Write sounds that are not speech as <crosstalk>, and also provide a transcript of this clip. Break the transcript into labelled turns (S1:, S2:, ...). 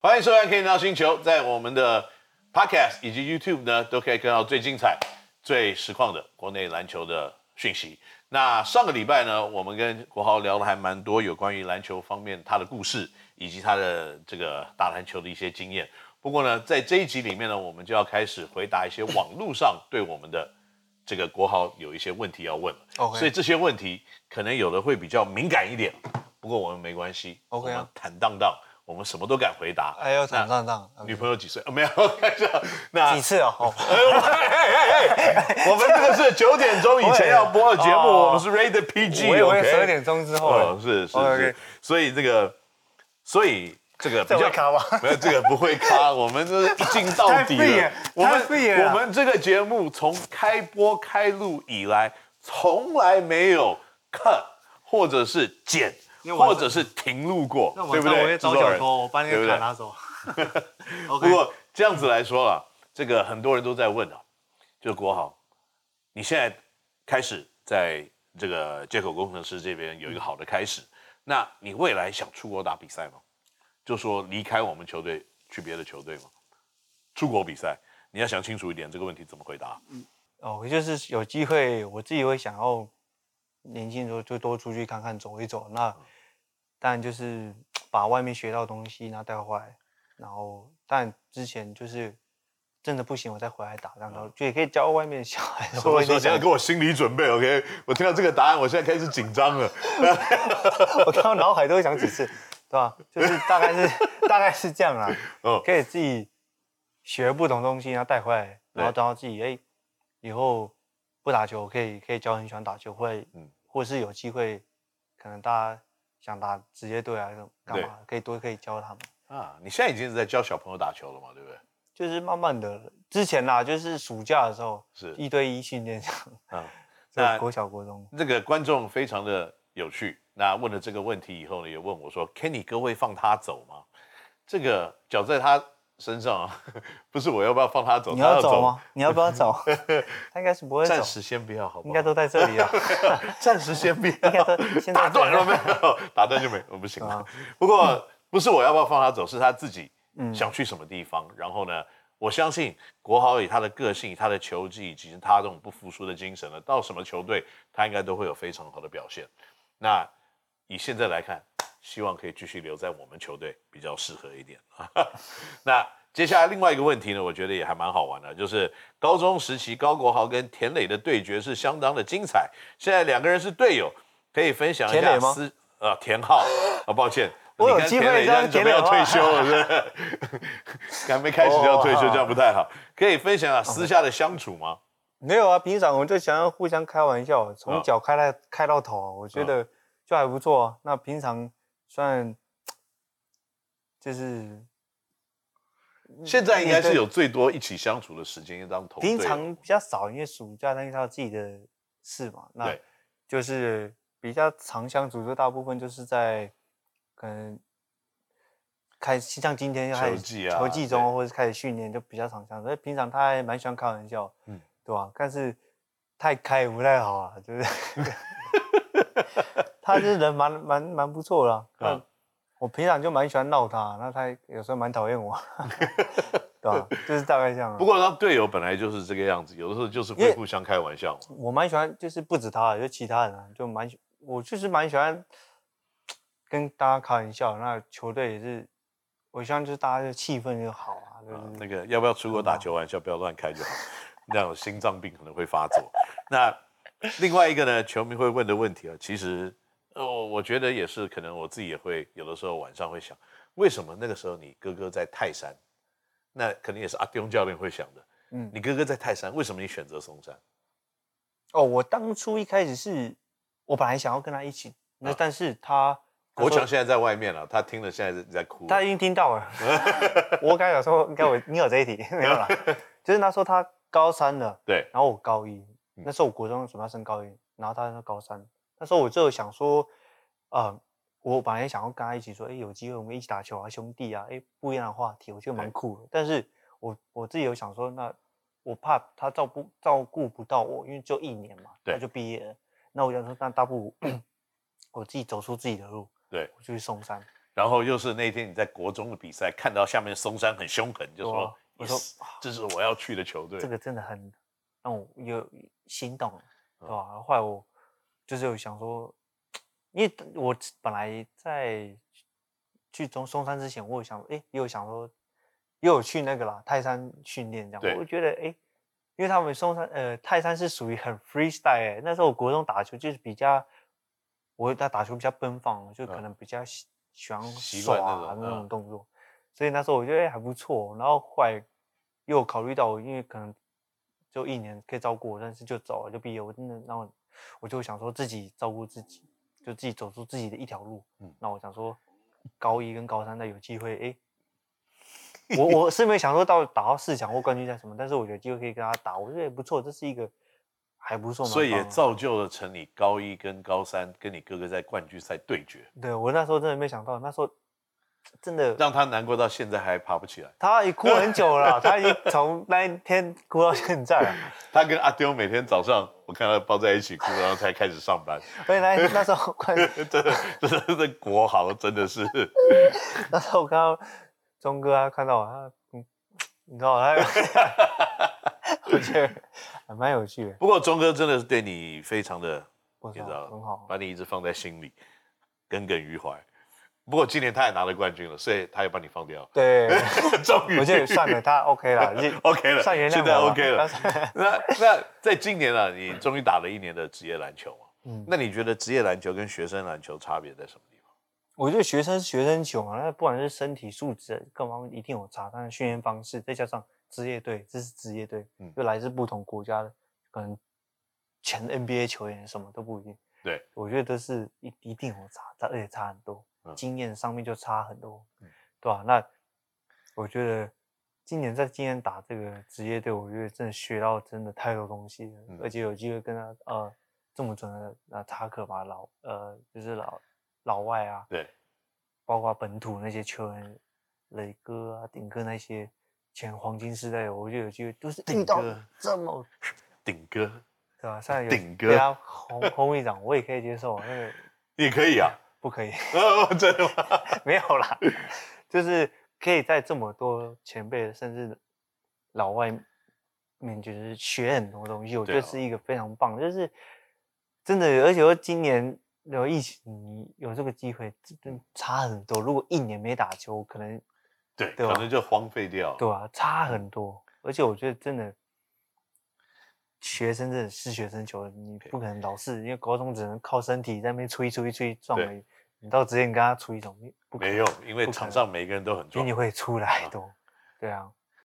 S1: 欢迎收看《可以聊星球》，在我们的 Podcast 以及 YouTube 呢，都可以看到最精彩、最实况的国内篮球的讯息。那上个礼拜呢，我们跟国豪聊了还蛮多有关于篮球方面他的故事，以及他的这个打篮球的一些经验。不过呢，在这一集里面呢，我们就要开始回答一些网络上对我们的这个国豪有一些问题要问了。
S2: OK
S1: 所以这些问题可能有的会比较敏感一点，不过我们没关系
S2: OK 啊
S1: 我们坦荡荡，我们什么都敢回答。
S2: 哎呦，坦荡荡，
S1: 女朋友几岁？啊啊、没有， <laughs> 开玩笑。那哎 <laughs>
S2: 几次哦？哦 <laughs>
S1: 我们这个是九点钟以前要播的节目，
S2: 哦
S1: 我们是 Rated PG，
S2: 我以为
S1: OK？
S2: 十二点钟之后
S1: 哦
S2: 了，，
S1: 是是
S2: OK，OK
S1: 是，所以这个，所以这个比
S2: 这
S1: 较
S2: 会卡吗
S1: <laughs> 没有这个不会卡，我们这是一镜到底
S2: 太 free
S1: 了
S2: 了。
S1: 我们
S2: 太 free 了
S1: 我们这个节目从开播开录以来，从来没有 cut 或者是剪。
S2: 为晚
S1: 或
S2: 上
S1: 者是停录过，
S2: 那
S1: 对
S2: 晚
S1: 不
S2: 上
S1: 对？
S2: 我会找
S1: 制作
S2: 小
S1: 人
S2: 偷，我把那
S1: 对
S2: 个
S1: 不
S2: 卡
S1: 对
S2: 拿走。
S1: 不
S2: <laughs> OK，
S1: 过这样子来说啦，这个很多人都在问啊，就是国豪，你现在开始在这个接口工程师这边有一个好的开始，那你未来想出国打比赛吗？就说离开我们球队去别的球队吗？出国比赛，你要想清楚一点这个问题怎么回答。
S2: 哦，我就是有机会，我自己会想要年轻的时候就多出去看看、走一走。
S1: 嗯
S2: 那当然就是把外面学到的东西然后带回来，然后但之前就是真的不行，我再回来打，然后就也可以教外面的小孩。
S1: 所嗯以说
S2: 我
S1: 你要给我心理准备，OK？我听到这个答案，我现在开始紧张了。
S2: 我看到脑海都会想几次，对吧？就是大概是大概是这样啦。
S1: 嗯
S2: 可以自己学不同东西，然后带回来，然后
S1: 对
S2: 等到自己哎、以后不打球，可以可以教很喜欢打球，会
S1: 嗯
S2: 或是有机会，可能大家想打职业队啊，这种干嘛可以多可以教他们，
S1: 啊，你现在已经是在教小朋友打球了嘛，对不对？
S2: 就是慢慢的。之前啦，就是暑假的时候，
S1: 是
S2: 一对一训练这样，
S1: 啊， <laughs> 那哦
S2: 在国小国中。
S1: 这个观众非常的有趣，那问了这个问题以后呢，也问我说：“Kenny 哥会放他走吗？”这个脚在他身上啊， <laughs> 不是我要不要放他走，
S2: 你
S1: 他
S2: 要走吗？？你要不
S1: <laughs>
S2: 要走？他应该是不会走
S1: 暂，时先不要，好不好？
S2: 应该都在这里啊。
S1: <laughs> 暂时先不
S2: 应该
S1: 要。
S2: 都现在
S1: 打断
S2: 在
S1: 了没有？打断就没，我不行了
S2: 啊。
S1: 不过不是我要不要放他走，是他自己
S2: 嗯
S1: 想去什么地方。然后呢，我相信国豪以他的个性、他的球技以及他这种不服输的精神呢，到什么球队他应该都会有非常好的表现。那以现在来看，希望可以继续留在我们球队比较适合一点。 <laughs> 那接下来另外一个问题呢，我觉得也还蛮好玩的，就是高中时期高国豪跟田磊的对决是相当的精彩，现在两个人是队友，可以分享一
S2: 田
S1: 下
S2: 磊吗
S1: 私呃田浩啊，抱歉。
S2: 我有
S1: 你跟
S2: 机会
S1: 田磊这
S2: 这
S1: 样
S2: 样
S1: 准备要退休了，是不是？ <laughs> 还没开始就要退休，
S2: 哦
S1: 这样不太好。可以分享啊，私下的相处吗？
S2: 没有啊，平常我们就想要互相开玩笑，
S1: 啊
S2: 从脚开到开到头啊，我觉得就还不错啊。那平常算就是
S1: 现在应该是
S2: 你的
S1: 有最多一起相处的时间，当同队友
S2: 平常比较少，因为暑假但是他有自己的事嘛，那
S1: 对
S2: 就是比较常相处，就大部分就是在可能开像今天就开始
S1: 球季啊
S2: 球季
S1: 对
S2: 中或者开始训练就比较常相处。所以平常他还蛮喜欢开玩笑，
S1: 嗯
S2: 嗯，对吧、但是太开也不太好啊，就是 <laughs> 他这人蛮蛮蛮不错的、啊。那
S1: 嗯
S2: 我平常就蛮喜欢闹他，那他有时候蛮讨厌我， <laughs> 对吧、就是大概这样、啊。
S1: 不过当队友本来就是这个样子，有的时候就是
S2: 因
S1: 会
S2: 为
S1: 互相开玩笑嘛。
S2: 我蛮喜欢，就是不止他，就其他人啊，就蛮喜，我就是蛮喜欢跟大家开玩笑。那球队也是，我希望就是大家就气氛就好啊，就
S1: 啊
S2: 是、
S1: 那个要不要出国打球玩笑，不要乱开就好，那种心脏病可能会发作。那另外一个呢，球迷会问的问题啊，其实哦，我觉得也是，可能我自己也会有的时候晚上会想，为什么那个时候你哥哥在泰山？那肯定也是阿丁教练会想的。
S2: 嗯
S1: 你哥哥在泰山，为什么你选择松山？
S2: 哦，我当初一开始是我本来想要跟他一起，那、
S1: 啊
S2: 但是他
S1: 国强
S2: 强，
S1: 现在在外面了，啊他听了现在在哭。
S2: 他已经
S1: <laughs>
S2: 听到了。我刚才有说，应该我你有这一题没有啦？就是那时候他高三了，
S1: 对，
S2: 然后我高一，
S1: 嗯
S2: 那时候我国中准备要升高一，然后他是高三，那时候我就想说，呃，我本来想要跟他一起说，哎，有机会我们一起打球啊，兄弟啊，哎，不一样的话题，我觉得蛮
S1: 对
S2: 酷的。但是我我自己有想说，那我怕他照顾照顾不到我，因为就一年嘛，
S1: 对
S2: 他就毕 <clears throat> 业了。那我想说，那大不如我自己走出自己的路，
S1: 对，
S2: 我就去松山，
S1: 然后又是那天你在国中的比赛看到下面松山很凶狠，就
S2: 哇
S1: 说
S2: 哦我说啊
S1: "Yes，这是我要去的球队
S2: 这。个真的很让我有心动，
S1: 嗯
S2: 对吧？后来我就是有想说，因为我本来在去中松山之前，我有想说，哎、也有想说，也有去那个啦泰山训练这
S1: 对
S2: 样，我就觉得哎、诶因为他们松山呃泰山是属于很 freestyle，、欸、那时候我国中打球就是比较，我打打球比较奔放，就可
S1: 嗯
S2: 能比较喜喜欢
S1: 习
S2: 手
S1: 惯那
S2: 啊
S1: 种
S2: 那
S1: 嗯
S2: 种动作，所以那时候我觉得、哎还不错。然后后来又考虑到我，因为可能就一年可以照顾我，但是就走了就毕业，我真的让我我就想说自己照顾自己，就自己走出自己的一条路。
S1: 嗯
S2: 那我想说高一跟高三的有机会，
S1: <laughs>
S2: 哎、我我是没有想说到打到四强或冠军赛什么，但是我有机会可以跟他打，我觉得也不错，这是一个还不错蛮棒
S1: 所
S2: 的。
S1: 以也造就了成你高一跟高三跟你哥哥在冠军赛对决，
S2: 对我那时候真的没想到，那时候真的
S1: 让他难过到现在还爬不起来。
S2: 他也哭很久了啦，他已经从那一天哭到现在了。
S1: 他跟阿丢每天早上我看他抱在一起哭，然后才开始上班。 <laughs>
S2: 所以那那时候 <laughs> 快，
S1: 真的，真的是国豪，真的是
S2: 那时候我看到钟哥啊，看到我，他嗯，你知道他， <laughs> 我觉得还蛮有趣的，
S1: 不过钟哥真的是对你非常的，
S2: 不
S1: 你
S2: 知
S1: 知道
S2: 道，很好。，
S1: 把你一直放在心里，耿耿于怀。不过今年他也拿了冠军了，所以他也把你放掉
S2: 对，
S1: <laughs>
S2: <laughs>
S1: 终于
S2: 我觉得算了，他 OK 了，就
S1: OK 了，
S2: 算原谅
S1: 现在
S2: 我吧
S1: OK 了。
S2: 他算
S1: 那那在今年啊，你终于打了一年的职业篮球啊。
S2: 嗯
S1: 那你觉得职业篮球跟学生篮球差别在什么地方？
S2: 我觉得学生是学生球嘛，那不管是身体素质啊各方面一定有差，但是训练方式再加上职业队，这是职业队，
S1: 嗯
S2: 又来自不同国家的，可能全 NBA 球员什么都不一定。
S1: 对，
S2: 我觉得这是一一定有差，差而且差很多，
S1: 嗯
S2: 经验上面就差很多，
S1: 嗯
S2: 对吧、那我觉得今年在今年打这个职业队，我觉得真的学到真的太多东西了，
S1: 嗯
S2: 而且有机会跟他呃这么准的那塔克吧老呃就是老老外啊，
S1: 对，
S2: 包括本土那些球员，磊哥啊、顶哥那些前黄金时代的，我就有机会就是遇
S1: 顶
S2: 到
S1: 哥
S2: 这么
S1: 顶哥
S2: 对吧、上来有
S1: 顶哥
S2: 被他轰轰一掌，我也可以接受，啊那个
S1: 也可以啊，
S2: 不可以， <laughs>
S1: 哦，真的吗？
S2: 没有
S1: <laughs>
S2: 啦，就是可以在这么多前辈甚至老外面，就是学很多东西，我觉
S1: 对
S2: 得
S1: 啊
S2: 是一个非常棒，就是真的，而且又今年有疫情，你有这个机会，真
S1: 嗯
S2: 的差很多。如果一年没打球，可能
S1: 对，
S2: 对吧
S1: 可能就荒废掉。
S2: 对啊，
S1: 嗯
S2: 差很多。而且我觉得真的，学生真的是学生球，你不可能老是因为高中只能靠身体在那边吹吹吹撞
S1: 对
S2: 而已。你到职业你跟他吹什么？不可
S1: 没
S2: 能
S1: 用，因为
S2: 不可
S1: 场
S2: 能
S1: 上每个人都很
S2: 因为
S1: 壮
S2: 你。会出来
S1: 啊
S2: 都，对啊，